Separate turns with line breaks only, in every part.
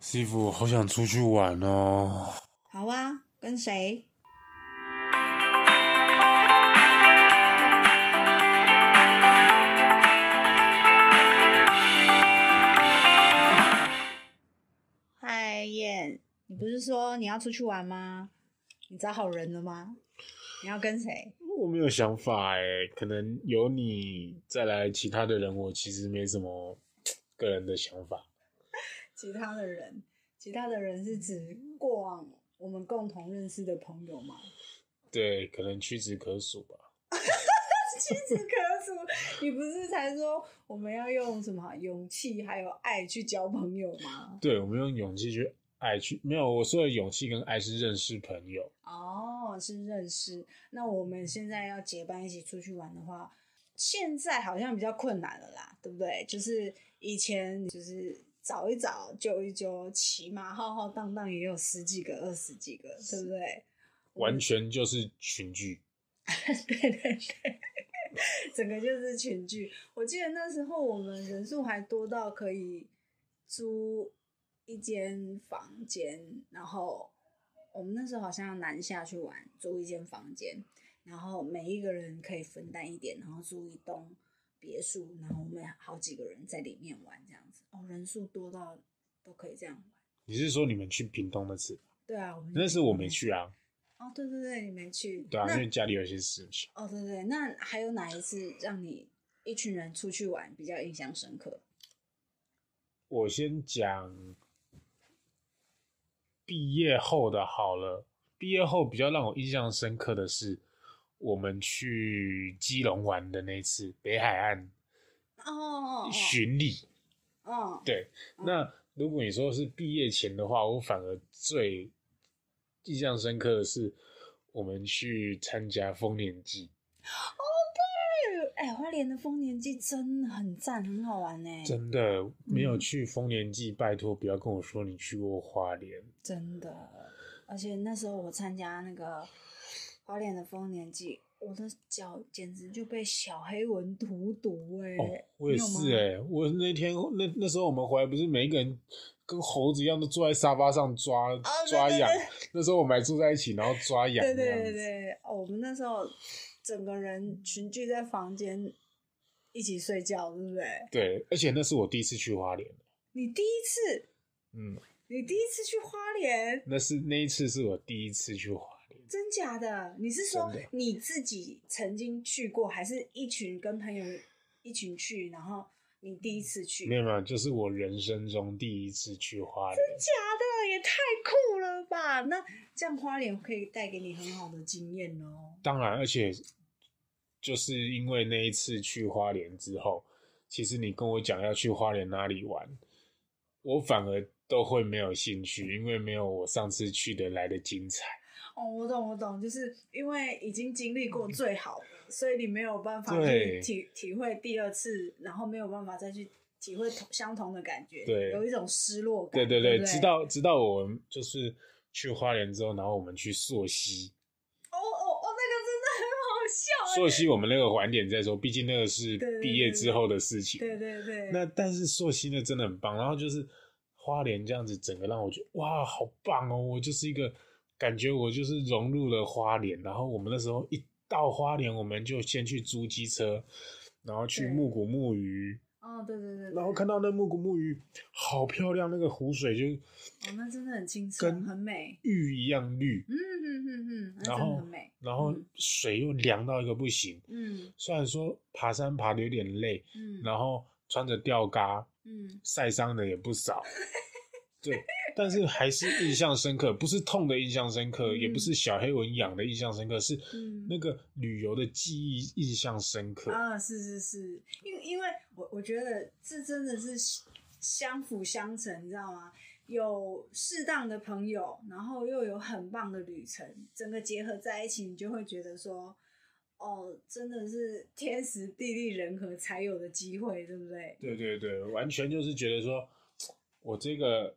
师傅，好想出去玩哦！
好啊，跟谁？嗨燕，你不是说你要出去玩吗？你找好人了吗？你要跟谁？
我没有想法哎，可能有你再来其他的人，我其实没什么个人的想法。
其他的人，其他的人是指过往我们共同认识的朋友吗？
对，可能屈指可数吧。
屈指可数。你不是才说我们要用什么勇气还有爱去交朋友吗？
对，我们用勇气去爱去，没有我说的勇气跟爱是认识朋友。
哦，是认识。那我们现在要结伴一起出去玩的话，现在好像比较困难了啦，对不对？就是以前就是。找一找，揪一揪，骑马浩浩荡荡也有十几个、二十几个，对不对？
完全就是群聚，
对对对，整个就是群聚。我记得那时候我们人数还多到可以租一间房间，然后我们那时候好像南下去玩，租一间房间，然后每一个人可以分担一点，然后租一栋别墅，然后我们好几个人在里面玩这样子。哦，人数多到都可以这样玩。
你是说你们去屏东那次？
对啊，我们
那次我没。去啊，
哦，对对对，你没去。
对啊，
嗯那
因为家里有一些事情。
哦，对对，那还有哪一次让你一群人出去玩比较印象深刻？
我先讲毕业后的好了。毕业后比较让我印象深刻的是，我们去基隆玩的那次北海岸
哦哦
巡礼。
哦，哦，
对，那如果你说是毕业前的话，我反而最印象深刻的是我们去参加丰年祭。
对哎，花莲的丰年祭真的很赞，很好玩呢，
真的没有
嗯
去丰年祭，拜托不要跟我说你去过花莲。
真的。而且那时候我参加那个花莲的丰年祭，我的脚简直就被小黑蚊荼毒哎、
哦，我也
你有吗
是哎、我那天那那时候我们回来，不是每一个人跟猴子一样都坐在沙发上抓、
哦对
抓
对
痒
对。
那时候我们还住在一起，然后抓痒
对
这
对
样
对
子。
对，哦，我们那时候整个人群聚在房间一起睡觉，对不对？
对，而且那是我第一次去花莲。
你第一次，
嗯，
你第一次去花莲，
那是那一次是我第一次去花莲，
真假的？你是说
真的
你自己曾经去过，还是一群跟朋友一群去，然后你第一次去？
没
真
有没有，就是我人生中第一次去花莲。
假的，也太酷了吧！那这样花莲可以带给你很好的经验哦。
当然，而且就是因为那一次去花莲之后，其实你跟我讲要去花莲哪里玩，我反而都会没有兴趣，因为没有我上次去的来的精彩。
哦，我懂，我懂，就是因为已经经历过最好的，所以你没有办法去
对
体体会第二次，然后没有办法再去体会同相同的感觉，
对
有一种失落
对
感。
对
对
对，
不
直到直到我们就是去花莲之后，然后我们去溯溪，
哦哦哦，那个真的很好笑哎、
溯溪我们那个晚点再说，毕竟那个是
对对
毕业之后的事情。
对对对，
那但是朔溪呢真的很棒，然后就是花莲这样子，整个让我觉得哇，好棒哦！我就是一个感觉，我就是融入了花莲。然后我们那时候一到花莲，我们就先去租机车，然后去
对
木谷木鱼，
哦对对对，
然后看到那木谷木鱼好漂亮，那个湖水就
对哦那真的很清
跟
纯，很美，
玉一样绿，
嗯嗯嗯嗯，那
然
真的
后
很美，
然后
嗯
水又凉到一个不行。
嗯
虽然说爬山爬的有点累，
嗯，
然后穿着吊嘎，
嗯
晒伤的也不 少，对，但是还是印象深刻，不是痛的印象深刻，
嗯
也不是小黑蚊痒的印象深刻，是
嗯
那个旅游的记忆印象深刻。
啊，是是是，因为因为我我觉得这真的是相辅相成，你知道吗？有适当的朋友，然后又有很棒的旅程，整个结合在一起，你就会觉得说，哦，真的是天时地利人和才有的机会，对不对？
对对对，完全就是觉得说，我这个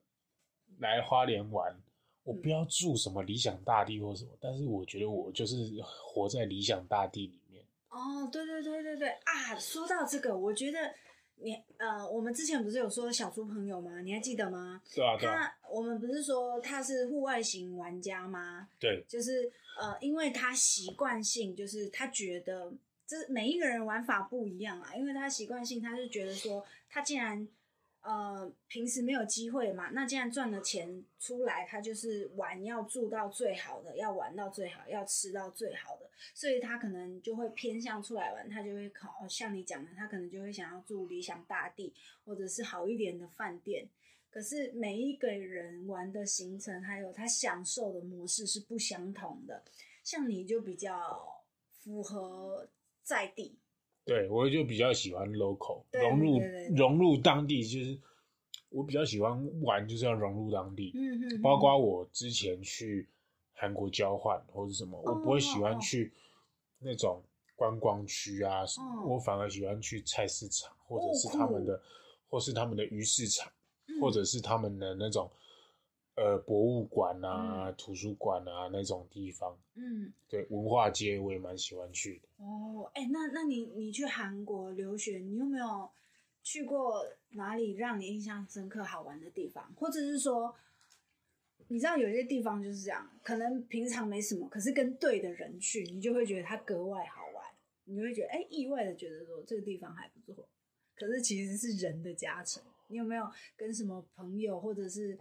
来花莲玩，我
嗯
不要住什么理想大地或什么，但是我觉得我就是活在理想大地里面。
哦，对对对对对啊！说到这个，我觉得你呃，我们之前不是有说小猪朋友吗？你还记得吗？
对啊，对啊，
他我们不是说他是户外型玩家吗？
对，
就是呃，因为他习惯性，就是他觉得这每一个人玩法不一样啊，因为他习惯性，他是觉得说，他既然呃平时没有机会嘛，那既然赚了钱出来，他就是玩要住到最好的，要玩到最好，要吃到最好的，所以他可能就会偏向出来玩，他就会考、哦像你讲的，他可能就会想要住理想大地或者是好一点的饭店。可是每一个人玩的行程还有他享受的模式是不相同的，像你就比较符合在地，
对我就比较喜欢 local，
对
融入
对对对
融入当地，就是我比较喜欢玩，就是要融入当地。
嗯嗯，嗯
包括我之前去韩国交换或者什么，我不会喜
哦
欢去那种观光区啊什么，
哦
我反而喜欢去菜市场或
哦
者是他们
酷
的，或是他们的鱼市场，
嗯
或者是他们的那种呃博物馆啊、图书馆啊那种地方。
嗯
对，文化街我也蛮喜欢去的。
哦，哎、那那你你去韩国留学，你有没有去过哪里让你印象深刻、好玩的地方，或者是说？你知道有些地方就是这样，可能平常没什么，可是跟对的人去，你就会觉得它格外好玩，你就会觉得哎、意外的觉得说这个地方还不错。可是其实是人的加成。你有没有跟什么朋友，或者是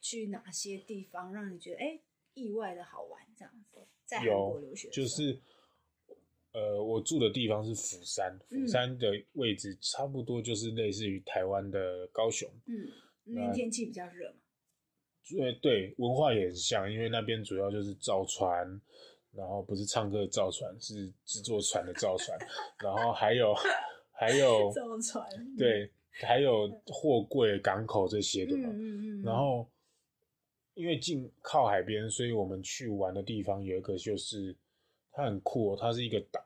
去哪些地方，让你觉得哎、意外的好玩这样子？在韩国
有
留学，的时
就
候
是呃，我住的地方是釜山，
嗯
釜山的位置差不多就是类似于台湾的高雄。
嗯，因为
那
天气比较热嘛。
对对，文化也很像，因为那边主要就是造船，然后不是唱歌的造船，是制作船的造船，然后还有还 有
造船。
哦对，还有货柜、港口这些的
嗯，
嘛。
嗯嗯嗯。
然后因为近靠海边，所以我们去玩的地方有一个就是它很酷哦，它是一个岛，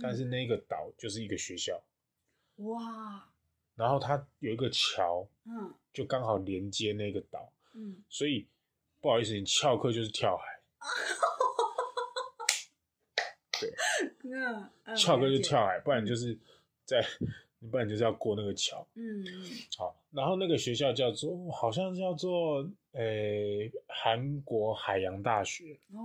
但是那个岛就是一个学校，
嗯哇，
然后它有一个桥，
嗯
就刚好连接那个岛，
嗯，
所以不好意思，你翘课就是跳海。
那 嗯
翘哥
了
就
解
跳海，不然就是在，不然就是要过那个桥。
嗯嗯
好，然后那个学校叫做，好像叫做诶韩国海洋大学。
哦，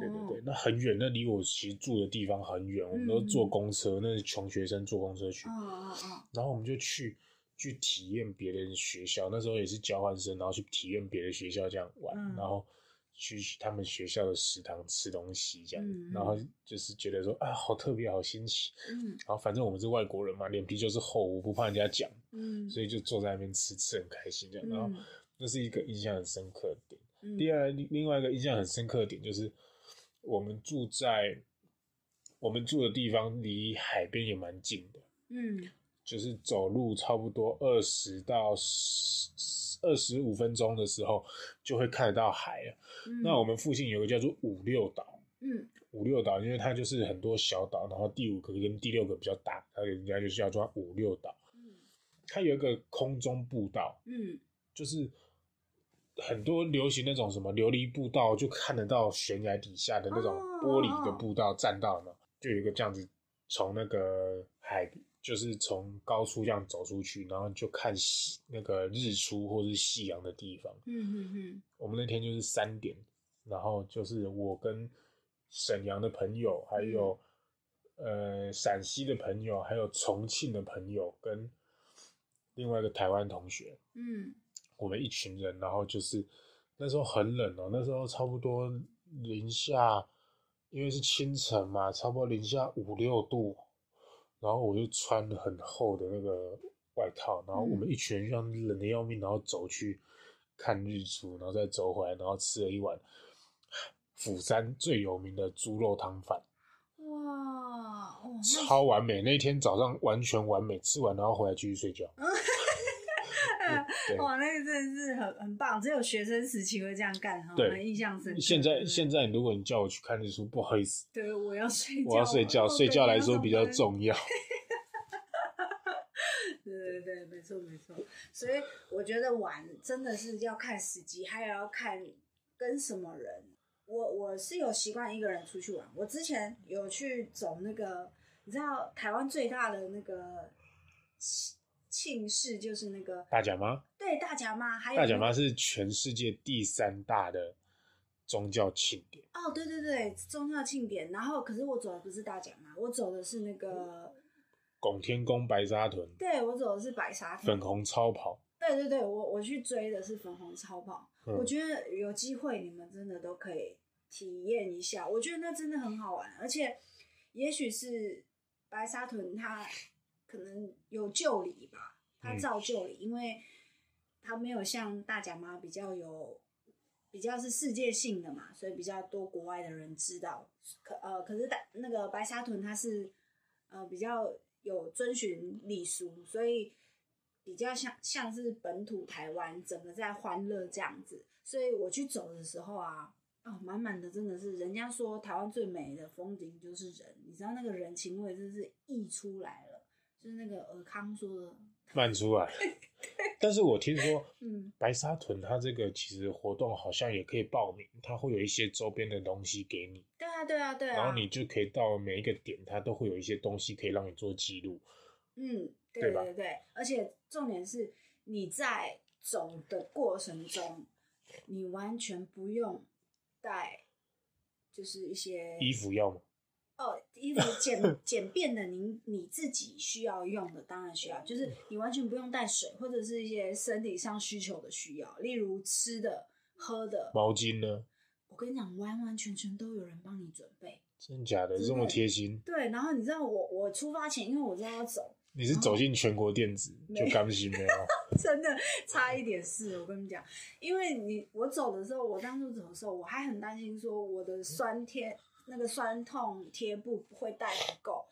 对对对，那很远，那离我其实住的地方很远，我们都坐
嗯
公车，那是穷学生坐公车去。
哦哦哦，
然后我们就去去体验别的学校，那时候也是交换生，然后去体验别的学校这样玩，
嗯
然后去他们学校的食堂吃东西这样，
嗯嗯
然后就是觉得说啊，好特别，好新奇。
嗯
然后反正我们是外国人嘛，脸皮就是厚，我不怕人家讲，
嗯，
所以就坐在那边吃，吃很开心这样。然后
嗯
那是一个印象很深刻的点。
嗯
第二，另外一个印象很深刻的点就是，我们住在我们住的地方离海边也蛮近的，
嗯
就是走路差不多二十到二十五分钟的时候就会看得到海了。
嗯，
那我们附近有个叫做五六岛，
嗯
五六岛，因为它就是很多小岛，然后第五个跟第六个比较大，它人家就是叫做它五六岛。
嗯
它有一个空中步道，
嗯
就是很多流行那种什么琉璃步道，就看得到悬崖底下的那种
哦
玻璃的步道栈道嘛，就有一个这样子从那个海，就是从高处这样走出去，然后就看夕那个日出或是夕阳的地方。
嗯嗯
我们那天就是三点，然后就是我跟沈阳的朋友，还有、呃陕西的朋友，还有重庆的朋友，跟另外一个台湾同学，
嗯
我们一群人，然后就是那时候很冷哦、那时候差不多零下，因为是清晨嘛，差不多零下五六度，然后我就穿很厚的那个外套，然后我们一群人像冷的要命，然后走去看日出，然后再走回来，然后吃了一碗釜山最有名的猪肉汤饭，
嗯，哇，哦，那
超完美。那天早上完全完美，吃完然后回来继续睡觉。对。
哇，那个真的是很很棒，只有学生时期会这样干哈，
对
蛮印象深刻。
现在
对
现在，如果你叫我去看日出，不好意思，
对我要睡觉，
我要睡觉，
哦
睡觉来说比较。
对
重要。
对对对，没错没错。所以我觉得玩真的是要看时机，还有要看跟什么人。我我是有习惯一个人出去玩，我之前有去走那个，你知道台湾最大的那个庆氏就是那个
大甲妈，
对大甲妈，还有
大甲
那
妈是全世界第三大的宗教庆典，
哦，对对对，宗教庆典。然后可是我走的不是大甲妈，我走的是那个，
嗯拱天宫、白沙屯、
对我走的是白沙
粉
屯。
红超跑。
对对对，我我去追的是粉红超跑。
嗯
我觉得有机会你们真的都可以体验一下，我觉得那真的很好玩，而且也许是白沙屯它可能有旧礼吧，它
嗯
造就礼，因为它没有像大甲妈比较有。比较是世界性的嘛，所以比较多国外的人知道。可呃，可是大那个白沙屯它是呃比较有遵循礼俗，所以比较像像是本土台湾整个在欢乐这样子。所以我去走的时候啊，哦，满满的真的是，人家说台湾最美的风景就是人，你知道那个人情味真是溢出来了，就是那个尔康说的，
漫出来。但是我听说
嗯，
白沙屯它这个其实活动好像也可以报名，它会有一些周边的东西给你，
对啊，对啊，对啊，
然后你就可以到每一个点，它都会有一些东西可以让你做记录。
嗯，
对
对对
吧
对对，而且重点是你在走的过程中，你完全不用带，就是一些
衣服要吗？
哦，衣服简简便的你你自己需要用的，当然需要，就是你完全不用带水或者是一些身体上需求的需要，例如吃的、喝的。
毛巾呢？
我跟你讲，完完全全都有人帮你准备。
真假的
真的
这么贴心？
对，然后你知道我我出发前，因为我知道要走，
你是走进全国电子
啊没
就甘心哦没有？
真的差一点是，我跟你讲，因为你我走的时候，我当初走的时候，我还很担心说我的酸贴那个酸痛贴布会带不够。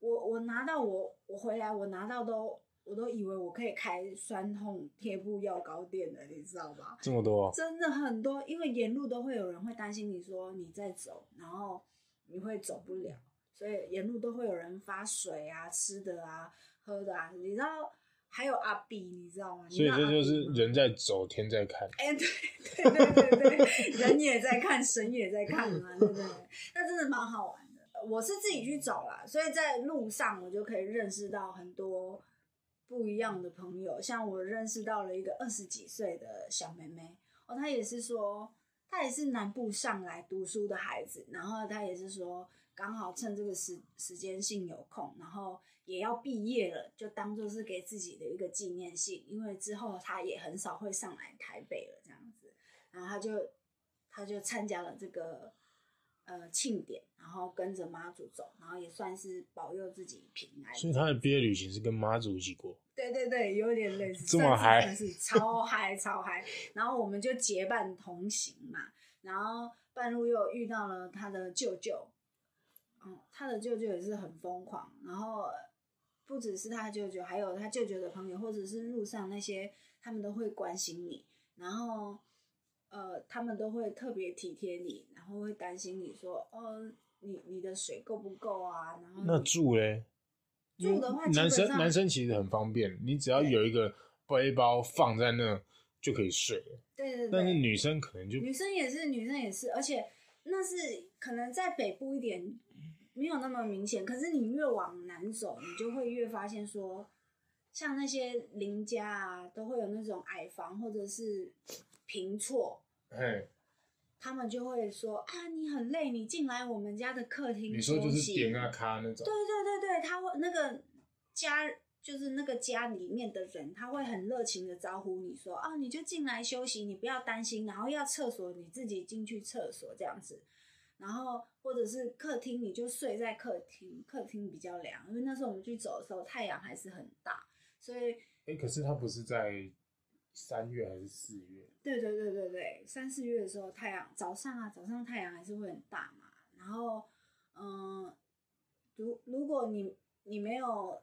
我我拿到我我回来我拿到都我都以为我可以开酸痛贴布药膏店的，你知道吧？
这么多？哦
真的很多，因为沿路都会有人会担心你说你在走，然后你会走不了，所以沿路都会有人发水啊、吃的啊、喝的啊，你知道还有阿 B，你知道吗？你
所
知
以
道
这
阿
就是
比吗
人在走，天在看。
啊哎，对对对对对，人也在看，神也在看嘛，对不对？那真的蛮好玩的。呃我是自己去走啦，所以在路上我就可以认识到很多不一样的朋友。像我认识到了一个二十几岁的小妹妹，哦，她也是说，她也是南部上来读书的孩子，然后她也是说，刚好趁这个时时间性有空，然后也要毕业了，就当做是给自己的一个纪念性，因为之后他也很少会上来台北了这样子，然后他就他就参加了这个呃庆典，然后跟着妈祖走，然后也算是保佑自己平安。
所以他的毕业旅行是跟妈祖一起过，
对对对，有点类似，
这么嗨
但是超嗨超嗨。然后我们就结伴同行嘛，然后半路又遇到了他的舅舅，嗯，他的舅舅也是很疯狂，然后不只是他舅舅，还有他舅舅的朋友，或者是路上那些，他们都会关心你，然后呃，他们都会特别体贴你，然后会担心你说，哦，你你的水够不够啊？然后
那
你
住嘞？
住的话基
男
本
生
上
男生其实很方便，你只要有一个背包放在那就可以睡了。
对对对，
但是女生可能就
女生也是，女生也是，而且那是可能在北部一点没有那么明显，可是你越往南走，你就会越发现说，像那些邻家啊，都会有那种矮房或者是平厝，
嘿，
他们就会说啊，你很累，你进来我们家的客厅休息。
你说就是点啊咖那种
对，对对对，他会那个家就是那个家里面的人，他会很热情的招呼你说啊，你就进来休息，你不要担心，然后要厕所你自己进去厕所这样子，然后或者是客厅你就睡在客厅，客厅比较凉，因为那时候我们去走的时候太阳还是很大，所以
哎、可是他不是在三月还是四月？
对对对对对，三四月的时候太阳早上啊，早上太阳还是会很大嘛。然后，嗯，如如果你你没有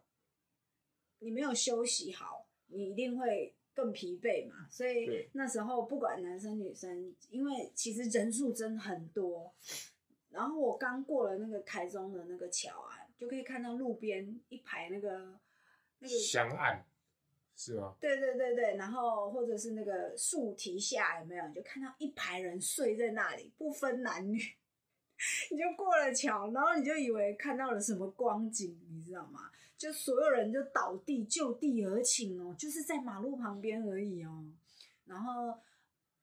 你没有休息好，你一定会更疲惫嘛。所以
对
那时候不管男生女生，因为其实人数真的很多。然后我刚过了那个台中的那个桥啊，就可以看到路边一排那个那个
香岸是吗？
对对对对，然后或者是那个树堤下有没有？你就看到一排人睡在那里，不分男女， 你就过了桥，然后你就以为看到了什么光景，你知道吗？就所有人就倒地就地而寝哦，就是在马路旁边而已哦。然后，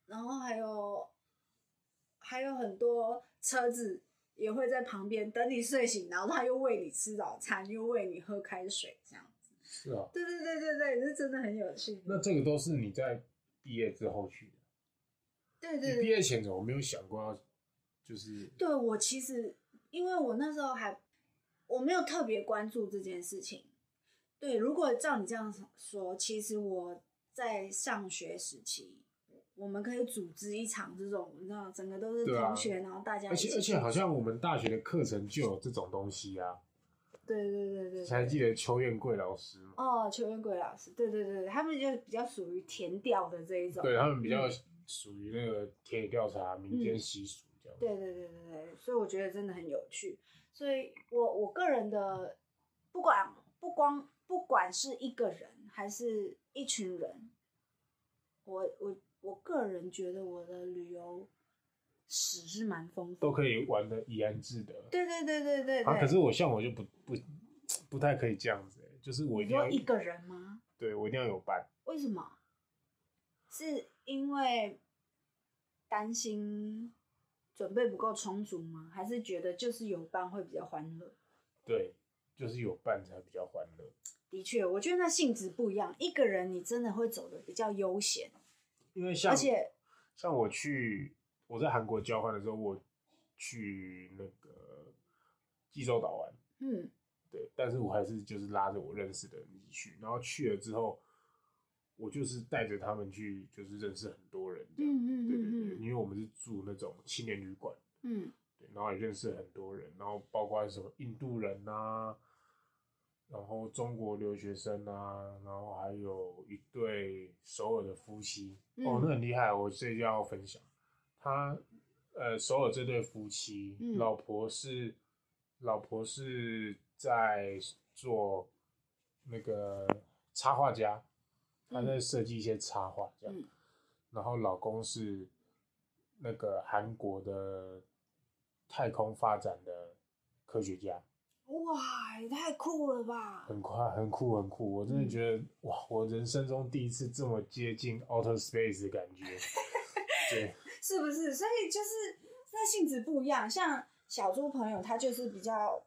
然后还有还有很多车子也会在旁边等你睡醒，然后他又喂你吃早餐，又喂你喝开水，这样。
是啊，
对对对对对，是真的很有趣。
那这个都是你在毕业之后去的。
对对
你
对
毕业前怎么没有想过要，就是
对我其实，因为我那时候还我没有特别关注这件事情。对，如果照你这样说，其实我在上学时期，我们可以组织一场这种，你知道，整个都是
对啊
同学，然后大家
而
一起
且而且好像我们大学的课程就有这种东西啊，
对对对对对。
还记得邱彦贵老师吗？
哦，球员鬼老师，对对对，他们就比较属于填调的这一种。
对他们比
嗯
较属于那个田野调查、民间习俗这样。
对对对对对，所以我觉得真的很有趣。所以我我个人的，不管不光不管是一个人还是一群人，我我我个人觉得我的旅游史是蛮丰富
都
的。
可以玩的怡然自得。
对对对对对对。
啊，可是我像我就不不不太可以这样子、欸，就是我一
你
定要
说一个人吗？
对我一定要有伴。
为什么？是因为担心准备不够充足吗？还是觉得就是有伴会比较欢乐？
对，就是有伴才比较欢乐。
的确，我觉得那性质不一样。一个人你真的会走的比较悠闲，
因为像
而且
像我去我在韩国交换的时候，我去那个济州岛玩，
嗯，
对，但是我还是就是拉着我认识的人一起去，然后去了之后，我就是带着他们去，就是认识很多人这样。
嗯嗯嗯
对对
嗯
对，因为我们是住那种青年旅馆，
嗯，
对，然后也认识了很多人，然后包括什么印度人啊，然后中国留学生啊，然后还有一对首尔的夫妻，哦
嗯，
那很厉害，我这就要分享。他呃，首尔这对夫妻，
嗯
老婆是老婆是在做那个插画家，他在设计一些插画这样，
嗯
然后老公是那个韩国的太空发展的科学家，
哇，也太酷了吧！
很快很酷很酷，我真的
嗯
觉得、哇，我人生中第一次这么接近 outer space 的感觉，对。
是不是？所以就是那性质不一样。像小猪朋友，他就是比较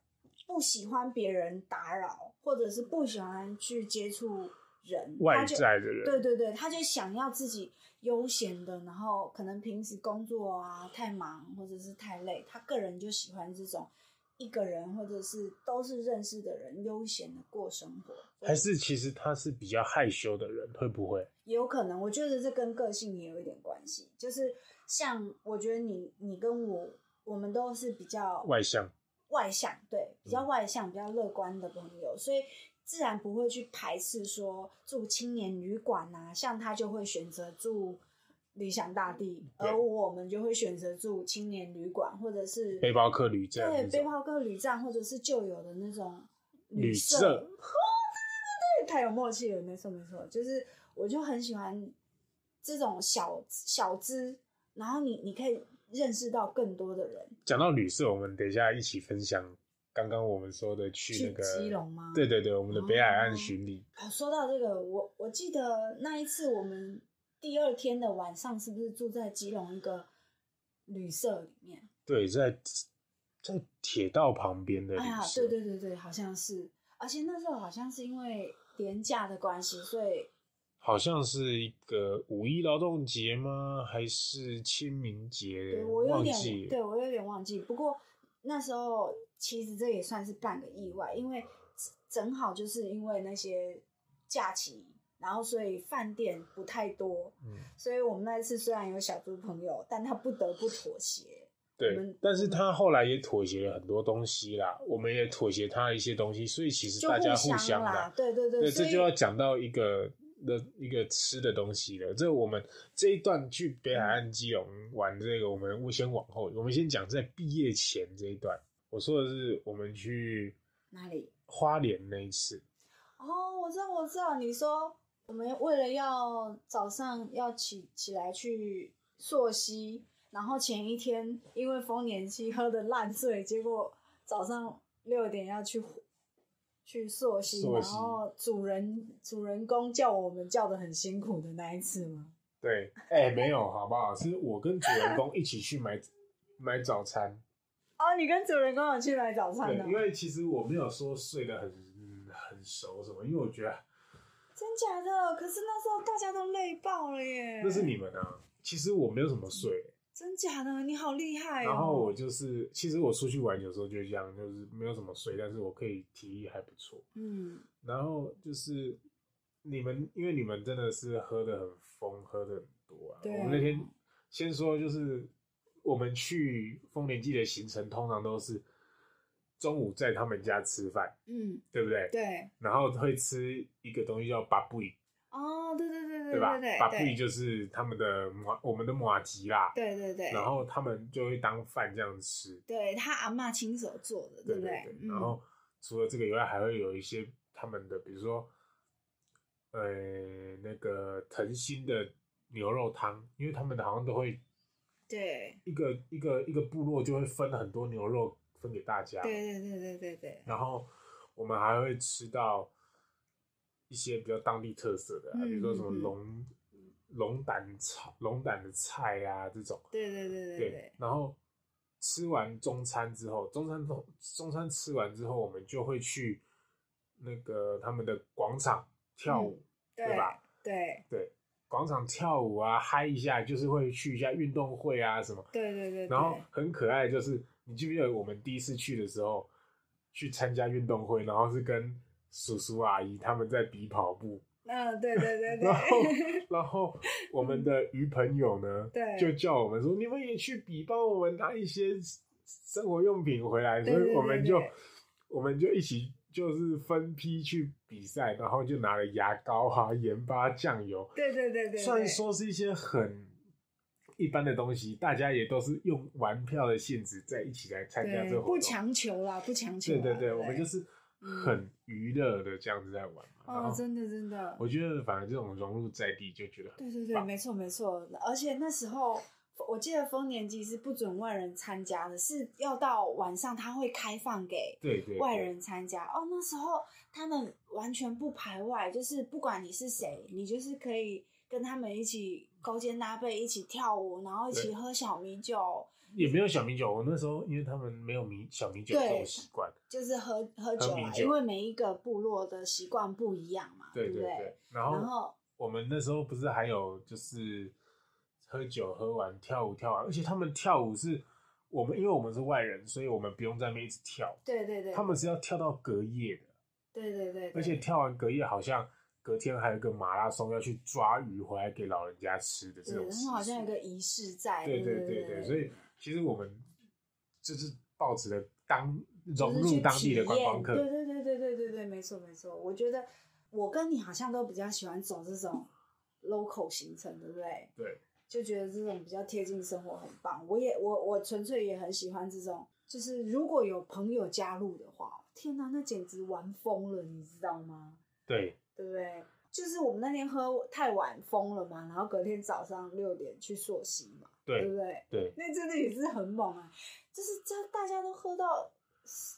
不喜欢别人打扰，或者是不喜欢去接触人，
外
他就
在的人，
对对对，他就想要自己悠闲的，然后可能平时工作啊太忙或者是太累，他个人就喜欢这种一个人或者是都是认识的人悠闲的过生活，
还是其实他是比较害羞的人，会不会？
也有可能，我觉得这跟个性也有一点关系。就是像我觉得你你跟我，我们都是比较
外向，
外向，对，比
嗯
较外向、比较乐观的朋友，所以自然不会去排斥说住青年旅馆啊，像他就会选择住理想大地，
对
而我们就会选择住青年旅馆或者是
背包客旅站
对
那
背
种
包客旅站或者是旧有的那种
旅
社。哦
社
对太有默契了，没错没错，就是我就很喜欢这种小小资，然后你你可以认识到更多的人，
讲到旅社，我们等一下一起分享刚刚我们说的去那
去
个
基隆吗？
对对对，我们的北海岸巡礼，
哦，说到这个，我我记得那一次我们第二天的晚上，是不是住在基隆一个旅社里面？
对，在在铁道旁边的旅
哎呀，
社，
对对对对，好像是，而且那时候好像是因为廉价的关系，所以
好像是一个五一劳动节吗？还是清明节？
对我有
忘
点，
记了
对我有点忘记。不过那时候其实这也算是半个意外，因为正好就是因为那些假期，然后所以饭店不太多，
嗯，
所以我们那一次虽然有小猪朋友，但他不得不妥协。我
对
们，
但是他后来也妥协了很多东西啦，我们也妥协他的一些东西，所以其实
就
大家互
相
相啦，
啦，对对对，
对，
所
这
以
就要讲到一个那一个吃的东西了。这我们这一段去北海岸基隆玩这个，我们先往后，我们先讲在毕业前这一段。我说的是我们去
哪里？
花莲那一次，
哦，我知道，我知道，你说我们为了要早上要起起来去溯溪，然后前一天因为丰年期喝的烂醉，结果早上六点要去去溯溪，
溯
然
溪
后主人主人公叫我们叫的很辛苦的那一次吗？
对，哎、没有，好不好？是我跟主人公一起去买买早餐，
哦，你跟主人公有去买早餐哦
对
呢、，
因为其实我没有说睡得很嗯很熟什么，因为我觉得
真假的？可是那时候大家都累爆了耶！
那是你们啊。其实我没有什么睡，
真假的？你好厉害哦！
然后我就是，其实我出去玩有时候就这样，就是没有什么睡，但是我可以体力还不错。
嗯，
然后就是你们，因为你们真的是喝的很疯，喝的很多啊。
对啊
我们那天先说，就是我们去丰年祭的行程，通常都是中午在他们家吃饭，
嗯，
对不对？
对，
然后会吃一个东西叫巴布伊，
哦，对对对对
对吧？
对
巴布伊
对
就是他们的马，我们的马吉啦。
对对对，
然后他们就会当饭这样吃。
对他阿嬷亲手做的，
对
不嗯
对。然后除了这个以外，还会有一些他们的，比如说，呃，那个腾新的牛肉汤，因为他们好像都会
对
一个一个一个部落就会分很多牛肉分给大家，
对对对对对对，
然后我们还会吃到一些比较当地特色的、啊，比如说什么
嗯嗯嗯
龙龙胆炒龙胆的菜啊这种，
对对对对
对
对，，
然后吃完中餐之后，中餐中中餐吃完之后，我们就会去那个他们的广场跳舞，对吧？
嗯对
对，广场跳舞啊，嗨一下，就是会去一下运动会啊什么。
对对对，
然后很可爱，就是你记不记得我们第一次去的时候，去参加运动会，然后是跟叔叔阿姨他们在比跑步，
嗯，对对对
然后
对，，
然后我们的鱼朋友呢，
嗯对
就叫我们说，你们也去比，帮我们拿一些生活用品回来，
对
所以我
对
们
对
就
对
我们就一起就是分批去比赛，然后就拿了牙膏啊、盐巴、酱油，
对对对对，
虽然说是一些很一般的东西，大家也都是用玩票的性质在一起来参加这
对
个活
不
动。
强求啦，不强求，啊嗯
对对对，我们就是是很娱乐的这样子在玩嘛。然
哦，
后
真的真的，
我觉得反而这种融入在地就觉得很
对对对，没错没错，而且那时候我记得丰年祭是不准外人参加的，是要到晚上他会开放给
对对对
外人参加。哦，那时候他们完全不排外，就是不管你是谁，你就是可以跟他们一起勾肩搭背，一起跳舞，然后一起
对
喝小米酒，
也没有小米酒。我那时候因为他们没有米小米酒
对
这种习惯，
就是喝喝酒
米
啊，
酒
因为每一个部落的习惯不一样嘛，
对
不
对对。然后
然后
我们那时候不是还有就是喝酒喝完跳舞跳完，而且他们跳舞是我们因为我们是外人，所以我们不用在那边一直跳，
对对对，
他们是要跳到隔夜的，
对对对，对
而且跳完隔夜好像隔天还有一个马拉松要去抓鱼回来给老人家吃的这
对
种习俗。
他们好像有一个仪式在，
对
对
对对
对
对，所以其实我们就是抱持了当
就
融
是
入
去
当地的
体
观光
验
客，
对对对对对对对，没错没错。我觉得我跟你好像都比较喜欢走这 种 local 行程，对不对？
对，
就觉得这种比较贴近生活很棒。我也我我纯粹也很喜欢这种，就是如果有朋友加入的话，天哪，那简直玩疯了，你知道吗？
对
对不对？就是我们那天喝太晚疯了嘛，然后隔天早上六点去溯溪嘛，
对
不对？
对
那真的也是很猛啊！就是这大家都喝到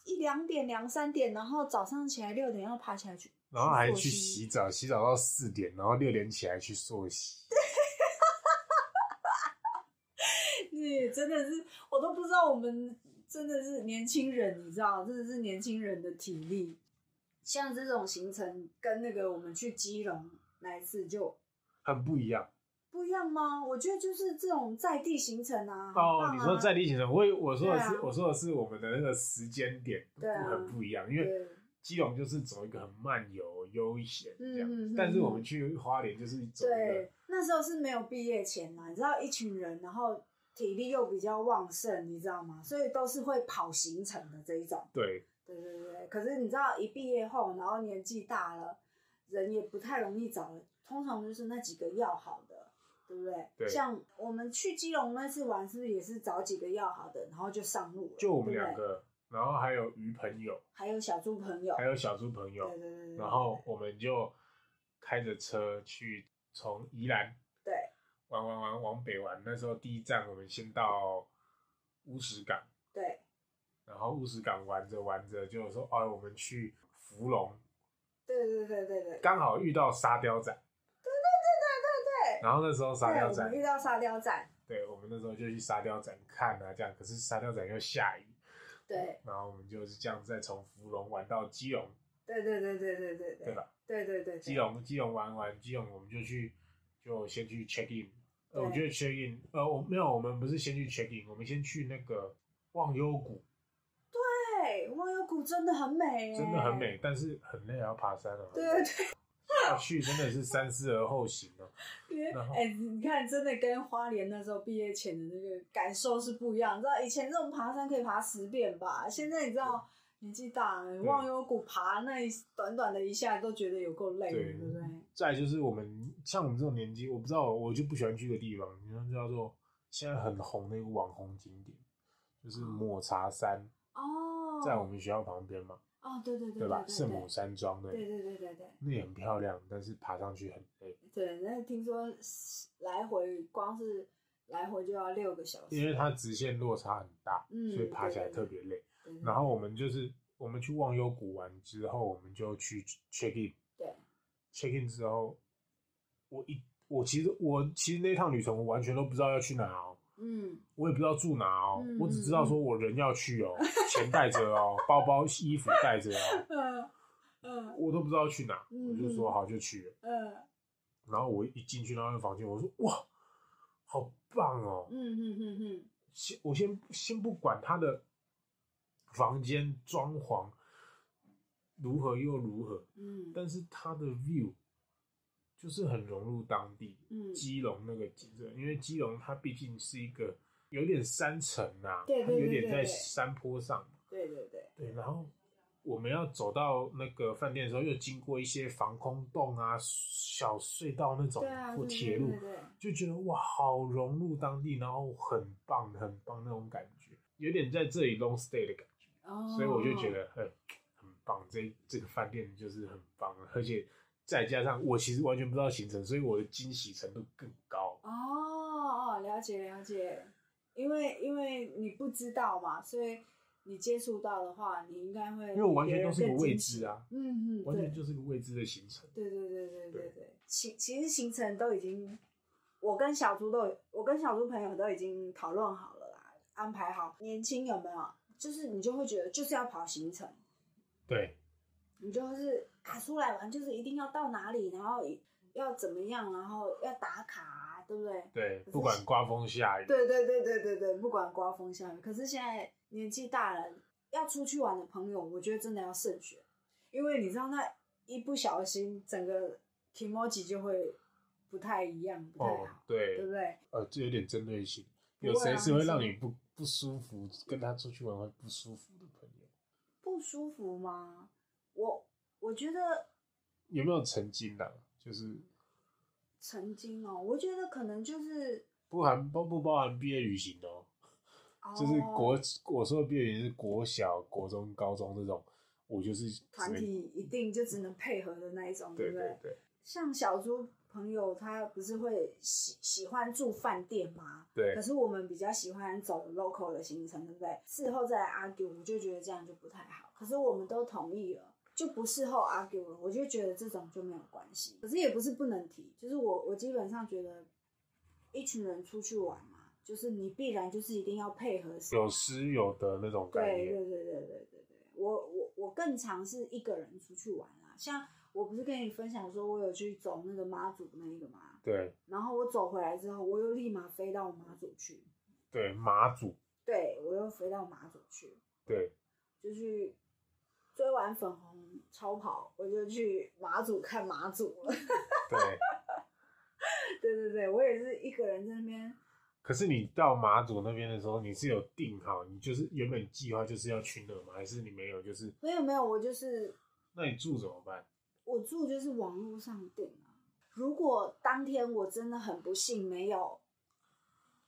一两点、两三点，然后早上起来六点要爬起来去，
然后还
做
去
息
洗澡，洗澡到四点，然后六点起来去溯溪。
对，真的是我都不知道我们真的是年轻人，你知道，真的是年轻人的体力。像这种行程跟那个我们去基隆那一次就
很不一样
不一样吗？我觉得就是这种在地行程啊，
哦
很。棒
你
啊
说在地行程，我以我说的是、
对啊
我说的是我们的那个时间点不
对啊
很不一样，因为
对
基隆就是走一个很漫游悠闲这样，
嗯嗯嗯
但是我们去花莲就是走一个
对，那时候是没有毕业前啦，你知道一群人，然后体力又比较旺盛，你知道吗？所以都是会跑行程的这一种。
对
对对对对，可是你知道一毕业后，然后年纪大了，人也不太容易找了，通常就是那几个要好的，对不对？
对
像我们去基隆那次玩，是不是也是找几个要好的，然后就上路了？
就我们
对不
两
对，
个，然后还有鱼朋友，
还有小猪朋友，
还有小猪朋
对
友，
对对对对，
然后我们就开着车去从宜兰
对
玩玩玩往北玩，那时候第一站我们先到乌石港。
对
然后乌石港玩着玩着就说，哦，我们去芙蓉，
对对对对对
刚好遇到沙雕展，
对
然后那时候沙雕
对，我
展
们遇到沙雕展，
对，我们那时候就去沙雕展看啊，这样。可是沙雕展又下雨，
对
然后我们就是这样再从芙蓉玩到基隆，
对对对对对对
对
对
吧？
对对对，
基隆基隆玩完，基隆我们就去，就先去 check in。呃，
对
我觉得 check in，呃，我没有，我们不是先去 check in，我们先去那个忘忧谷，
对，忘忧谷真的很美，
真的很。美，但是很累，要爬山啊。
嗯对对
要去真的是三思而后行啊。
对，因为
然后
哎、你看，真的跟花莲那时候毕业前的那个感受是不一样。你知道以前这种爬山可以爬十遍吧，现在你知道年纪大了，忘忧谷爬那一短短的一下都觉得有够累的，
对
对不对？
再来就是我们像我们这种年纪，我不知道，我就不喜欢去一个地方，你知道叫做现在很红的一个网红景点，就是抹茶山，
哦，
在我们学校旁边嘛，
哦，对对对
对吧？
对
圣母
对
山庄那
对
里，
对对对对
那也很漂亮，但是爬上去很累，
对，那听说是来回光是来回就要六个小时，
因为它直线落差很大，
嗯
所以爬起来
对
特别累。
对对
然后我们就是我们去忘忧谷玩之后，我们就去 check in。
对
，check in 之后，我一我其实我其实那趟旅程我完全都不知道要去哪哦，
嗯，
我也不知道住哪哦，
嗯
我只知道说我人要去哦，钱带着 哦，包包衣服带着哦，
嗯嗯
我都不知道去哪，
嗯
我就说好就去了。
嗯
然后我一进去那个房间，我说哇，好棒哦！
嗯嗯嗯嗯，
先我先先不管他的房间装潢如何又如何，
嗯，
但是它的 view 就是很融入当地，
嗯
基隆那个景色，因为基隆它毕竟是一个有点山城呐、
对
它
对对
有点
对
在
对
山坡上，
对对对，
对，然后我们要走到那个饭店的时候，又经过一些防空洞啊、小隧道那种
对啊，
或
对
铁
对
路，
对对
就觉得哇，好融入当地，然后很棒很棒那种感觉，有点在这里 long stay 的感觉。
哦，
所以我就觉得很很棒，这这个饭店就是很棒，而且再加上我其实完全不知道行程，所以我的惊喜程度更高。
哦哦，了解了解，因为因为你不知道嘛，所以你接触到的话，你应该会
因为我完全都是一个
别人更
未
惊喜
知，啊，
嗯嗯，
完全
对
就是个未知的行程。
对对对对
对
对对，行，其实行程都已经，我跟小猪都有，我跟小猪朋友都已经讨论好了啦，安排好。年轻有没有？就是你就会觉得就是要跑行程，
对，
你就是啊出来玩就是一定要到哪里，然后要怎么样，然后要打卡、啊，对不对？
对，
是
不管刮风下雨，
对对对对对对，不管刮风下雨，可是现在年纪大了，要出去玩的朋友，我觉得真的要慎选，因为你知道那一不小心，整个 k i m o j i 就会不太一样，不太好，
哦，对
对，不对？
呃，这有点针对性。
不会
有
啊
谁是会让你
没
不不舒服，跟他出去玩会不舒服的朋友？
不舒服吗？我我觉得
有没有曾经的、就是
曾经哦，我觉得可能就是
不含包不包含毕业旅行哦？就是
哦
国，我说的毕业旅行是国小、国中、高中这种，我就是只
团
能
体一定就只能配合的那一种，
嗯对
不
对对
像小猪朋友，他不是会喜喜欢住饭店吗？可
对，
是我们比较喜欢走 local 的行程，对不对？事后再来 argue，我就觉得这样就不太好。可是我们都同意了，就不事后 argue 了，我就觉得这种就没有关系。可是也不是不能提，就是我我基本上觉得，一群人出去玩嘛，就是你必然就是一定要配合谁。
有失有得那种概
对对
念，
对对对对对，我我我更常是一个人出去玩啦。像我不是跟你分享说，我有去走那个妈祖那个嘛，
对
然后我走回来之后，我又立马飞到妈祖去。
对，马祖，
对我又飞到马祖去，
对
就去追完粉红超跑，我就去马祖看马祖了。
对。
对对对，我也是一个人在那边。
可是你到马祖那边的时候，你是有定好，你就是原本计划就是要去那吗？还是你没有？就是
没有没有，我就是
那你住怎么办？
我住就是网络上订啊。如果当天我真的很不幸没有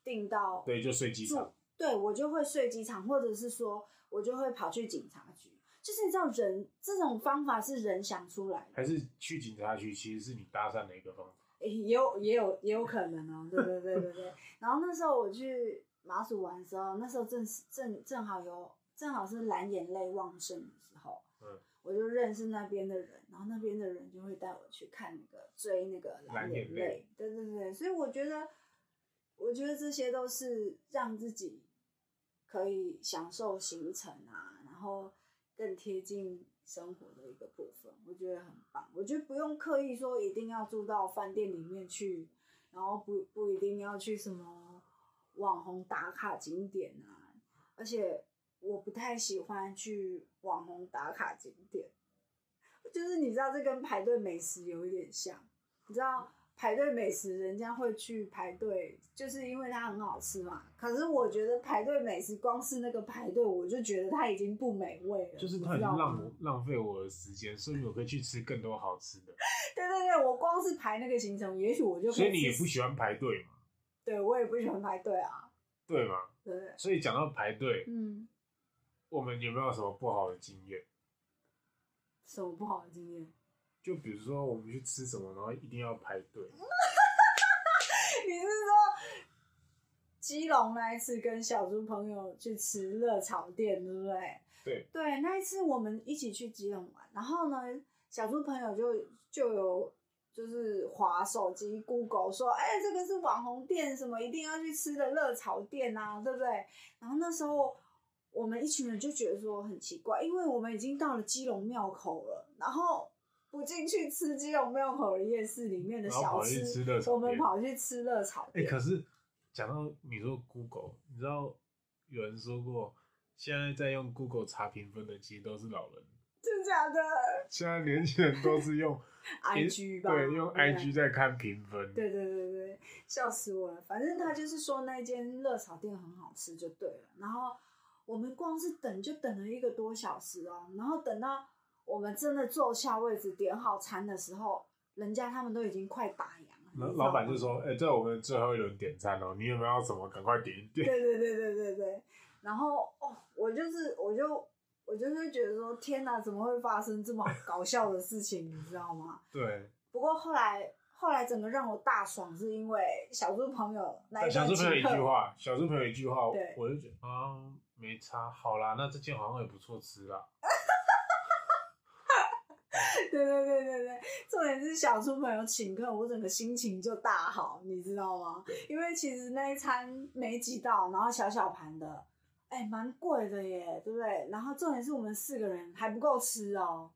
订到
对，就睡机
住
场，，
对我就会睡机场，或者是说我就会跑去警察局。就是你知道人这种方法是人想出来的。
还是去警察局？其实是你搭讪的一个方法。
欸也有也有也有可能哦、对对对对对。然后那时候我去马祖玩的时候，那时候正是正正好有正好是蓝眼泪旺盛的时候，
嗯，
我就认识那边的人，然后那边的人就会带我去看那个追那个
蓝眼
眼
泪
泪，对对对，所以我觉得，我觉得这些都是让自己可以享受行程啊，然后更贴近生活的一个部分，我觉得很棒。我觉得不用刻意说一定要住到饭店里面去，然后不不一定要去什么网红打卡景点啊，而且我不太喜欢去网红打卡景点，就是你知道这跟排队美食有一点像，你知道排队美食人家会去排队，就是因为它很好吃嘛。可是我觉得排队美食光是那个排队，我就觉得它已经不美味了，
就是
你
它已经
知道啊
浪
吗
我浪费我的时间，所以我可以去吃更多好吃的。
对对对，我光是排那个行程，也许我就可
所以你也
吃
不喜欢排队嘛，
对我也不喜欢排队啊，
对嘛？
对不对？
所以讲到排队，
嗯，
我们有没有什么不好的经验？
什么不好的经验？
就比如说我们去吃什么，然后一定要排队，
你是说基隆那一次跟小猪朋友去吃热炒店，对不对？
对，
对，那一次我们一起去基隆玩，然后呢，小猪朋友就就有就是划手机 Google 说，哎、这个是网红店，什么一定要去吃的热炒店啊，对不对？然后那时候我们一群人就觉得说很奇怪，因为我们已经到了基隆庙口了，然后不进去吃基隆庙口的夜市里面的
然后
小
跑去
吃，
吃热炒
我们
店
跑去吃热炒
哎、
店。
可是讲到你说 Google，你知道有人说过，现在在用 Google 查评分的其实都是老人，
真的假的
现在年轻人都是用
？IG 吧，
对，用
不
IG 在看评分。
对对对对，笑死我了。反正他就是说那间热炒店很好吃就对了。然后我们光是等就等了一个多小时哦，然后等到我们真的坐下位置点好餐的时候，人家他们都已经快打烊了。
老
你知道
老板
吗
就说：“哎、在我们最后一轮点餐哦，你有没有要什么？赶快点一点。
对对对对对对。然后哦，我就是我就我就是觉得说，天哪，怎么会发生这么搞笑的事情？你知道吗？”
对，
不过后来后来整个让我大爽，是因为小猪朋友那
但
一
小
段
猪朋友一
请客
句话， 小猪朋友一句话，
对
我就觉得啊，没差，好啦，那这件好像也不错吃啦。
对对对对对，重点是小猪朋友请客，我整个心情就大好，你知道吗？因为其实那一餐没几道，然后小小盘的，哎、蛮贵的耶，对不对？然后重点是我们四个人还不够吃哦，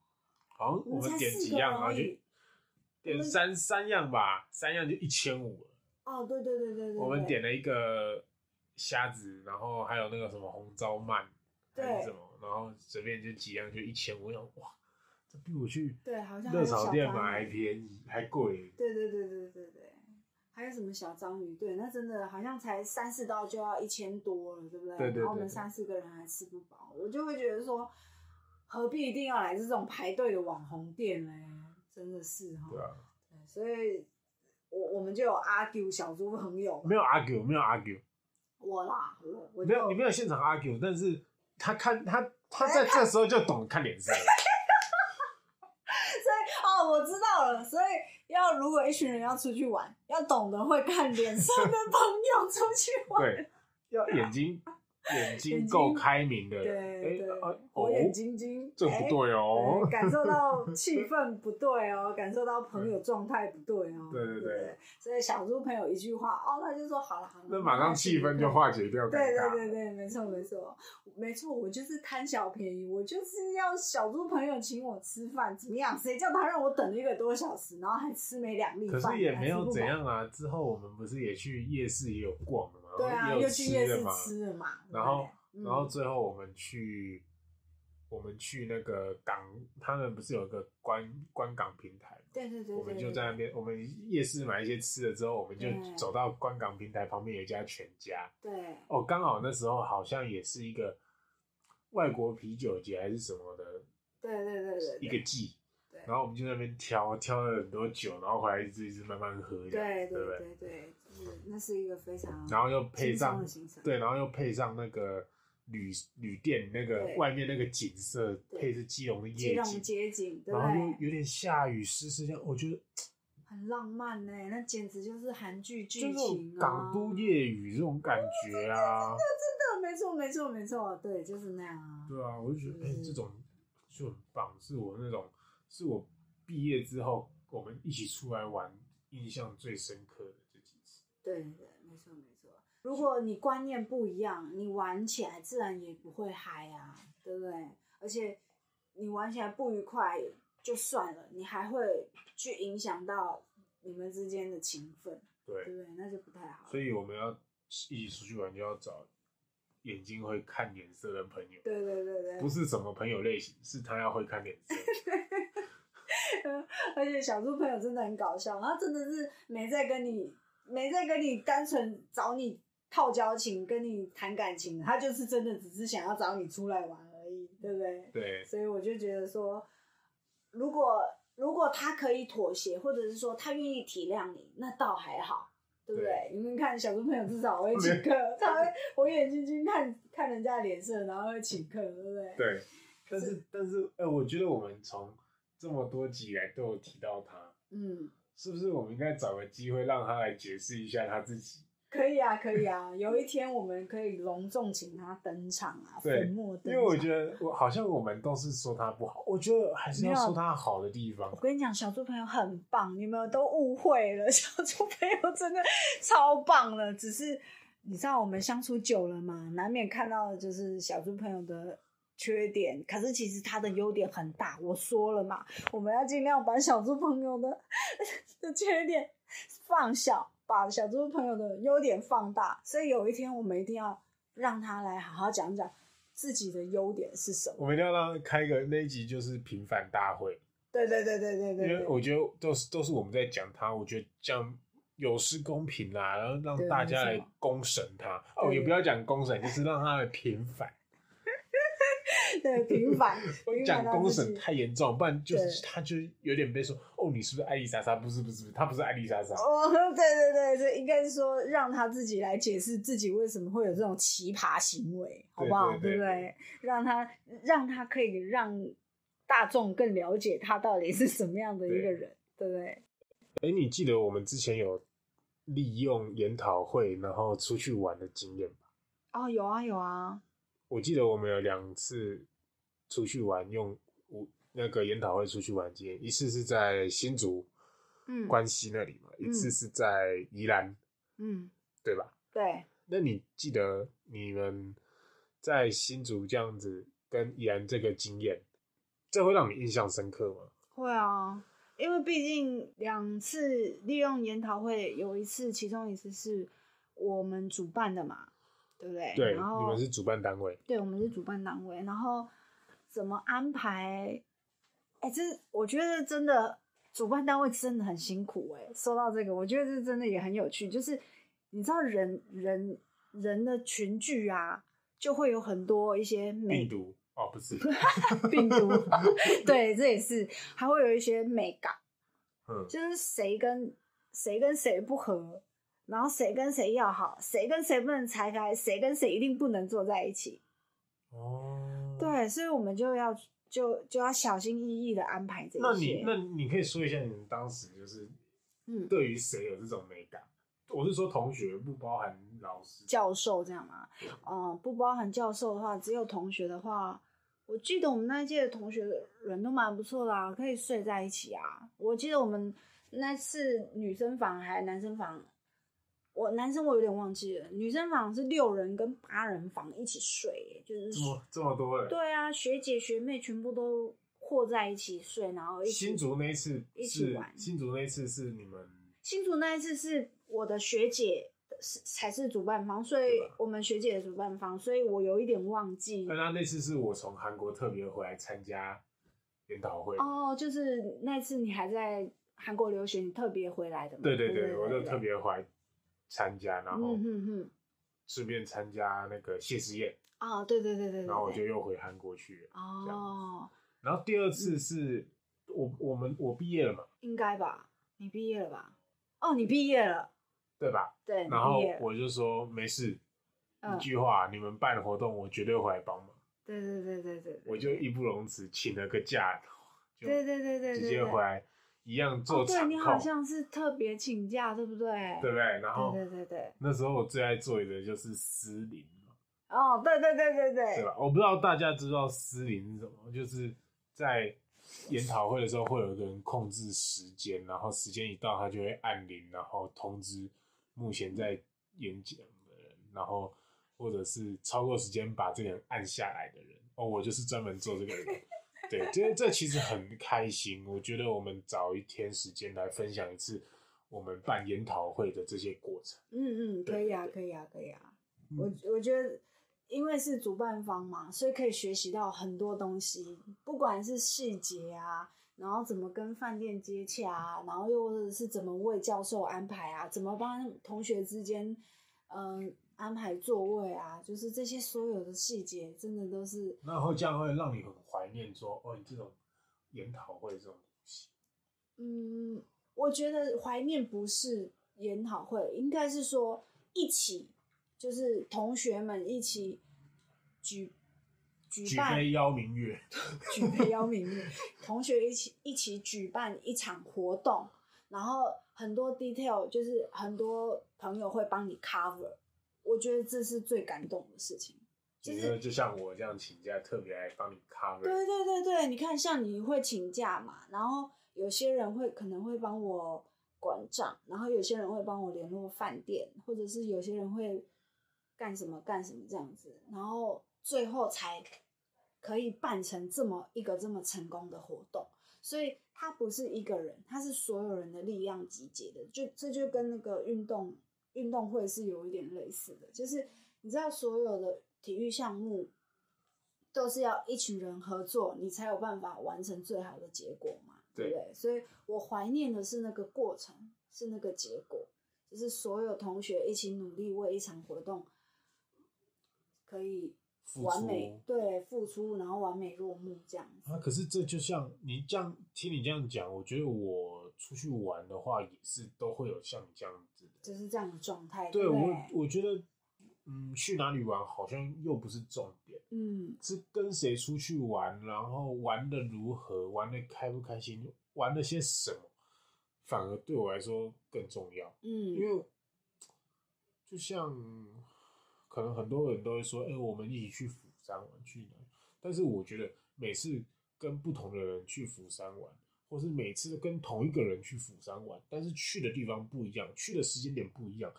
好像我
我们
们
才
点
四
几
个
样，然后
而
就
已。
点三三样吧，三样就一千五了。
哦，对对对对对对，
我们点了一个虾子，然后还有那个什么红糟鳗还
对
是什么，然后随便就几样就一千五，我想哇，这比我去
对好像还有
热炒店
小啊章鱼
买还便宜还贵。
对对对对对对，还有什么小章鱼？对，那真的好像才三四道就要一千多了，对不对？
对对对
然后我们
对
三四个人还吃不饱，我就会觉得说，何必一定要来这种排队的网红店嘞？真的是哈。
对啊，
对所以我我们就有 argue 小猪朋友，
没有 argue，没有 argue，
我啦，我我
没有
就
你没有现场 argue，但是他看他
哎
他在这时候就懂看脸色了，
所以哦，我知道了。所以要如果一群人要出去玩，要懂得会看脸色的朋友出去玩。
对，要眼睛眼睛
睛
够开明的人，
对对
哎，啊
火
哦，
眼金睛，
这不
哎
对哦
对，感受到气氛不对哦，感受到朋友状态不对哦。
对对
对
对
不所以小猪朋友一句话哦，他就说好了好了，
那马上气氛就化解掉尴
对。对
尬。
对对对，没错没错没错，我就是贪小便宜，我就是要小猪朋友请我吃饭，怎么样？谁叫他让我等了一个多小时，然后还吃没两粒
可
饭，
是也
还
没
吃
有
不
怎
饱。
样啊。之后我们不是也去夜市也有逛的嘛，
对
然
啊，
后也
又
有
去
吃
夜
的
市
嘛。
吃了嘛，对不
然后
对
然后
嗯
最后我们去，我们去那个港，他们不是有个观观港平台吗，
对对对，
我们
对
就
对
在那边，我们夜市买一些吃的之后，我们就
对
走到观港平台旁边有一家全家。
对
哦，刚好那时候好像也是一个外国啤酒节还是什么的
对对对对
一
对
个季，
对
然后我们就在那边挑挑了很多酒，然后回来一直一直慢慢喝这
对
样子，
对
不对？
对对，就是那是一个非常
然后又配
轻松
上
的行程，
对，然后又配上那个旅旅店那个
对
外面那个景色，
对
配着基隆的
基
夜
隆
景，
街景，对不
然后又
对？
有点下雨湿湿这样，我觉得
很浪漫呢、那简直就是韩剧剧
就
情
那种
啊！
港都夜雨这种感觉啊，
真的没错没错没错，对，就是那样啊。
对啊，我就觉得哎、
嗯
这种就很棒，是我那种是我毕业之后我们一起出来玩印象最深刻的这几次。
对对，没错没错。如果你观念不一样，你玩起来自然也不会嗨啊，对不对？而且你玩起来不愉快就算了，你还会去影响到你们之间的情分，对
对，
不对？那就不太好。
所以我们要一起出去玩就要找眼睛会看脸色的朋友，
对对对对
不，是什么朋友类型，是他要会看脸色。
而且小猪朋友真的很搞笑，他真的是没在跟你没在跟你单纯找你套交情、跟你谈感情，他就是真的只是想要找你出来玩而已，对不对？
对
所以我就觉得说，如果如果他可以妥协，或者是说他愿意体谅你，那倒还好，对不对？你们看小猪朋友至少会请客，他会火眼金睛看看人家的脸色，然后会请客，对不对？
对，但是但是哎、我觉得我们从这么多集以来都有提到他，
嗯，
是不是我们应该找个机会让他来解释一下他自己？
可以啊，可以啊，有一天我们可以隆重请他登场啊，
对
粉墨
因
登
为我
场。
觉得我好像我们都是说他不好，我觉得还是要
没有
说他好的地方
我。跟你讲，小猪朋友很棒，你们都误会了。 小猪朋友真的超棒了，只是你知道我们相处久了嘛，难免看到的就是小猪朋友的缺点，可是其实他的优点很大。我说了嘛，我们要尽量把小猪朋友的 的缺点放小，把小猪朋友的优点放大。所以有一天，我们一定要让他来好好讲讲自己的优点是什么。
我们一定要让他开个那一集就是平凡大会，
对对对对对
因
对
为
对。
我觉得都是都是我们在讲他，我觉得这样有失公平啦，然后让
对
大家
没
来
错
公审他。哦，
对
也不要讲公审，就是让他来平凡。
对，平凡
我，
平
讲
凡到
公
自
审
己。
太严重，不然就是
对
他就有点被说哦，你是不是艾丽莎莎？不是不是不是，他不是艾丽莎莎。
哦，对对对，所以应该是说让他自己来解释自己为什么会有这种奇葩行为，好不好？
对对对
不对？让他让他可以让大众更了解他到底是什么样的一个
对
人，对不对？
哎、你记得我们之前有利用研讨会然后出去玩的经验吧？
哦，有啊有啊，
我记得我们有两次出去玩用我那个研讨会出去玩的经验，一次是在新竹
嗯
关西那里嘛，一次是在宜兰，
嗯，
对吧？
对，
那你记得你们在新竹这样子跟宜兰这个经验，这会让你印象深刻吗？
会啊，因为毕竟两次利用研讨会，有一次其中一次是我们主办的嘛，对不对？
对，
然后
你们是主办单位，
对，我们是主办单位，然后怎么安排？哎、这我觉得真的主办单位真的很辛苦哎、说到这个，我觉得这真的也很有趣，就是你知道人人人的群聚啊，就会有很多一些美
病毒哦，不是，
病毒，对，这也是还会有一些美感。
嗯，
就是谁跟谁跟谁不合，然后谁跟谁要好，谁跟谁不能拆开，谁跟谁一定不能坐在一起。
哦，。
对，所以我们就要就就要小心翼翼的安排这
那
一些
你。那你可以说一下你们当时就是
嗯，
对于谁有这种美感？我是说同学，不包含老师。
教授这样嘛
对，
嗯，不包含教授的话，只有同学的话，我记得我们那一届的同学人都蛮不错的、啊，可以睡在一起啊。我记得我们那次女生房还男生房，我男生我有点忘记了，女生房是六人跟八人房一起睡耶、就是
这么这么多人，
对啊，学姐学妹全部都和在一起睡，然后一起
新竹那一次
一起
是
玩
新竹那一次是你们
新竹那一次是我的学姐是才是主办方，所以
对吧哎
我们学姐的主办方，所以我有一点忘记
但他那次是我从韩国特别回来参加研讨会，
哦，就是那次你还在韩国留学，你特别回来的嘛？
对
对
对对，我就特，别回来参加，然后
嗯哼哼，
顺便参加那个谢师宴，
啊、对对对对对，
然后我就
对
又回韩国去了。这
哦
样，然后第二
嗯
次是我我们我毕业了嘛，
应该吧？你毕业了吧？哦，你毕业了，
对吧？
对，你
然后
毕业了
我就说没事，
嗯
一句话，你们办活动我绝对回来帮忙，
对对对对对，对
我就义不容辞请了个假，就
对对对对对
直接回来一样
哦，
做
对
场
你好
控，
像是特别请假，对不对？
对不对？然后
对对对对，
那时候我最爱做的就是私林嘛，
哦，对对对对对
对吧？我不知道大家知不知道私林是什么，就是在研讨会的时候会有一个人控制时间，然后时间一到，他就会按铃，然后通知目前在演讲的人，然后或者是超过时间把这个人按下来的人。哦，我就是专门做这个人。对，这这其实很开心。我觉得我们找一天时间来分享一次我们办研讨会的这些过程。
嗯嗯，可以啊，可以啊，可以啊。我我觉得，因为是主办方嘛，所以可以学习到很多东西，不管是细节啊，然后怎么跟饭店接洽啊，然后又或者是怎么为教授安排啊，怎么帮同学之间，嗯、安排座位啊，就是这些所有的细节，真的都是
然后这样会让你很怀念说，哦，你这种研讨会这种东西，
嗯，我觉得怀念不是研讨会，应该是说一起，就是同学们一起举举
举
办
杯邀明月，
举杯邀明月， 同学一起一起举办一场活动，然后很多 detail 就是很多朋友会帮你 cover，我觉得这是最感动的事情。就
就是是就像我这样请假，特别来帮你 cover。
对对对对，你看，像你会请假嘛，然后有些人会可能会帮我管账，然后有些人会帮我联络饭店，或者是有些人会干什么干什么这样子，然后最后才可以办成这么一个这么成功的活动。所以它不是一个人，它是所有人的力量集结的，就这就跟那个运动运动会是有一点类似的，就是你知道所有的体育项目都是要一群人合作，你才有办法完成最好的结果嘛，对
对
不对？所以我怀念的是那个过程，是那个结果，就是所有同学一起努力为一场活动可以
付
完
出
美对付出，然后完美落幕这样子。
啊，可是这就像你这样听你这样讲，我觉得我出去玩的话，也是都会有像你这样子的。
就是这样的状态，
对
不
我
对，
我觉得，嗯，去哪里玩好像又不是重点，
嗯，
是跟谁出去玩，然后玩的如何，玩的开不开心，玩了些什么，反而对我来说更重要。因
嗯
为就像可能很多人都会说，哎、我们一起去釜山玩去哪？但是我觉得每次跟不同的人去釜山玩，或是每次跟同一个人去釜山玩，但是去的地方不一样，去的时间点不一样，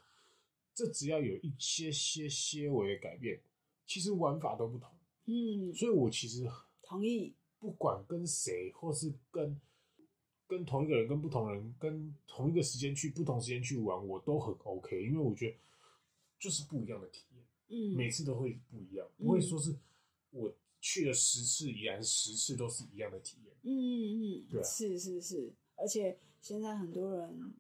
这只要有一些些些微的改变，其实玩法都不同。
嗯，
所以我其实
同意，
不管跟谁，或是跟跟同一个人、跟不同人、跟同一个时间去、不同时间去玩，我都很 OK，因为我觉得就是不一样的体验，
嗯，
每次都会不一样，
嗯
不会说是我去了十次，依然十次都是一样的体验。
嗯嗯，
对啊
是是是，而且现在很多人，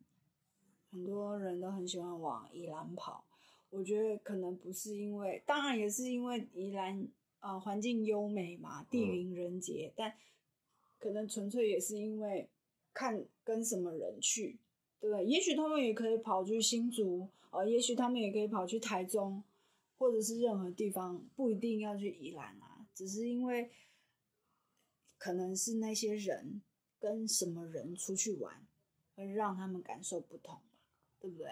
很多人都很喜欢往宜兰跑。我觉得可能不是因为，当然也是因为宜兰呃环境优美嘛，地
嗯
灵人杰，但可能纯粹也是因为看跟什么人去，对不对？也许他们也可以跑去新竹，呃，也许他们也可以跑去台中，或者是任何地方，不一定要去宜兰啊，只是因为可能是那些人跟什么人出去玩，会让他们感受不同吧，对不对？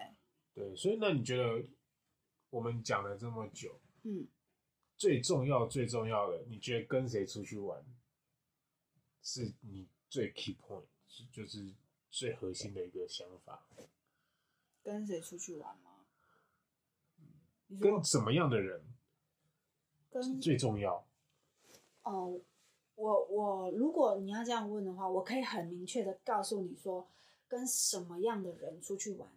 对，所以那你觉得我们讲了这么久，
嗯，
最重要、最重要的，你觉得跟谁出去玩是你最 key point，就是最核心的一个想法？
跟谁出去玩吗？你说
跟怎么样的人
跟
最重要？
哦，我我如果你要这样问的话，我可以很明确的告诉你说，跟什么样的人出去玩，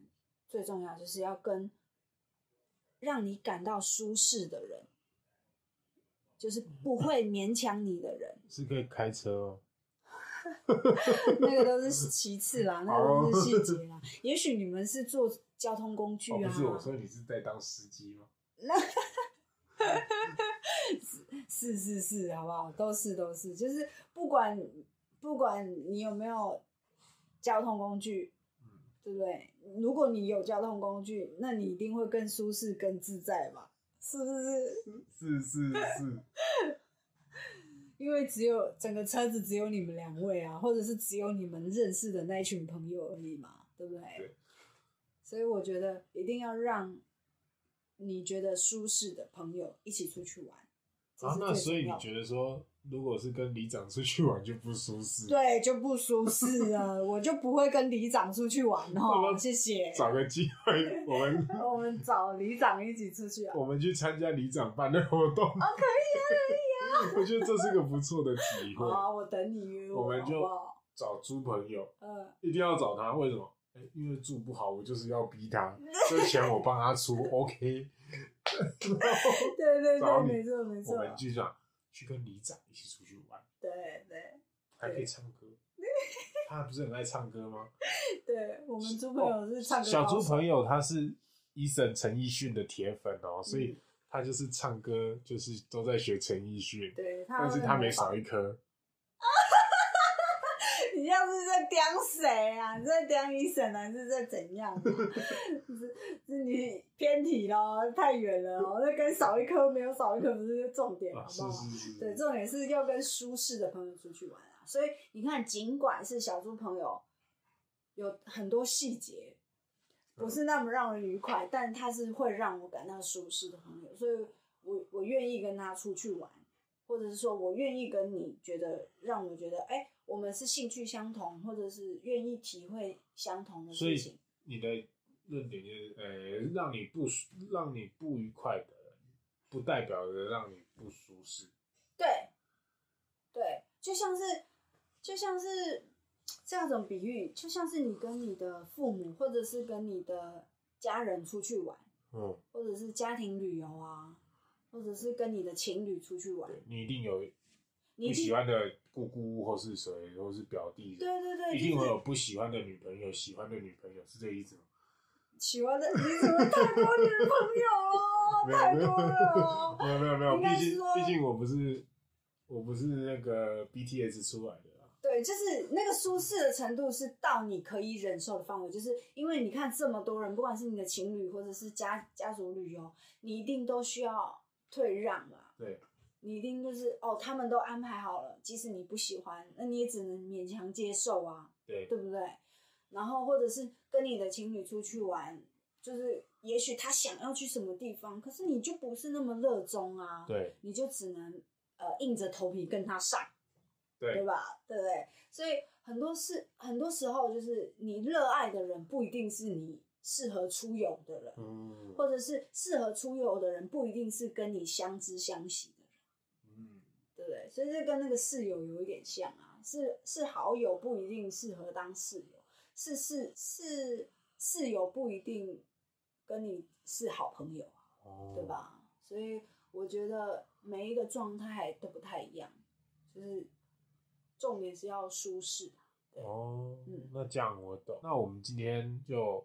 最重要就是要跟让你感到舒适的人，就是不
嗯
会勉强你的人，
是可以开车哦。
那个都是其次啦，那个都是细节 啦。也许你们是坐交通工具
哦，
啊，
不是，我说你是在当司机吗？
是是是，好不好？都是都是，就是不管不管你有没有交通工具，
嗯
对不对？如果你有交通工具，那你一定会更舒适、更自在嘛，是不是？
是 是是，
因为只有整个车子只有你们两位啊，或者是只有你们认识的那一群朋友而已嘛，对不对？
对
所以我觉得一定要让你觉得舒适的朋友一起出去玩，这
啊
是，
那
最
所以
重
你
要的
觉得说，如果是跟里长出去玩就不舒适，，
对就不舒适了，我就不会跟里长出 去玩
要不
哦
要。
谢谢，
找个机会，我们
我们找里长一起出去啊。
我们去参加里长办的活动，
啊，可以 啊
我觉得这是个不错的体
啊，可
会
以。啊，我等你约
我们
好
就
不好？
找猪朋友，
嗯，
一定要找他，为什么？哎因为住不好，我就是要逼 他，这钱我帮他出，OK。
对对
找你
对，没错没错
我，们就想去跟里长一起出去玩，
对对
还可以唱歌。他不是很爱唱歌吗？
对，我们猪朋友是 唱歌
小猪
高手
朋友他是医生陈奕迅的铁粉哦，所
嗯
以他就是唱歌就是都在学陈奕迅，
对，他
但是他没
少。
少一颗。
你这样是在刁谁啊？你在刁医生还是在怎样、啊？是是你偏题咯，太远了哦。那跟少一颗没有少一颗不是重点，好
啊，
不
是
好？
是是，
对，重点是要跟舒适的朋友出去玩啊。所以你看，尽管是小猪朋友，有很多细节不是那么让人愉快，但他是会让我感到舒适的朋友，所以我我愿意跟他出去玩，或者是说我愿意跟你觉得让我觉得，哎、我们是兴趣相同，或者是愿意体会相同的
所
事
以
情。
你的论点就是，呃，让你不舒让你不愉快的，不代表着让你不舒适。
对，对，就像是就像是这种比喻，就像是你跟你的父母，或者是跟你的家人出去玩，
嗯，
或者是家庭旅游啊，或者是跟你的情侣出去玩
对，你一定有
你
不
一
喜
定
欢的姑姑或是谁，或是表弟，
对对对，
一定
就
会
是
有不喜欢的女朋友，喜欢的女朋友是这个意思吗？
喜欢的，你怎么太多女朋友了，太
没有
多了哦。
没有没有没有，
应
毕
该
竟
说
毕竟我不是我不是那个 BTS 出来的啦。
对，就是那个舒适的程度是到你可以忍受的范围，就是因为你看这么多人，不管是你的情侣或者是家家族旅游，你一定都需要退让嘛，
对，
你一定就是哦，他们都安排好了，即使你不喜欢，那你也只能勉强接受啊，
对，
对不对？然后或者是跟你的情侣出去玩，就是也许他想要去什么地方，可是你就不是那么热衷啊，
对，
你就只能呃硬着头皮跟他上。对
对，
吧？对不对？所以很多事，很多时候就是你热爱的人不一定是你适合出游的人，
嗯
或者是适合出游的人不一定是跟你相知相惜的人，
嗯，
对不对？所以这跟那个室友有一点像啊，是是好友不一定适合当室友，是是是室友不一定跟你是好朋友啊，
哦
对？吧？所以我觉得每一个状态都不太一样，就是重点是要舒适。
哦
嗯，
那这样我懂。那我们今天就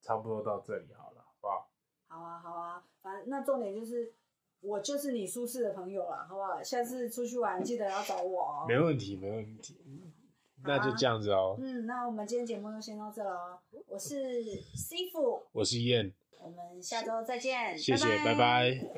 差不多到这里好了，好不好？
好啊，好啊，反正那重点就是我就是你舒适的朋友啦，好不好？下次出去玩记得要找我哦。
没问题，没问题。那就这样子哦。
啊嗯，那我们今天节目就先到这了哦。我是 C 傅，
我是燕，
我们下周再见，
谢谢，
嗯拜
拜拜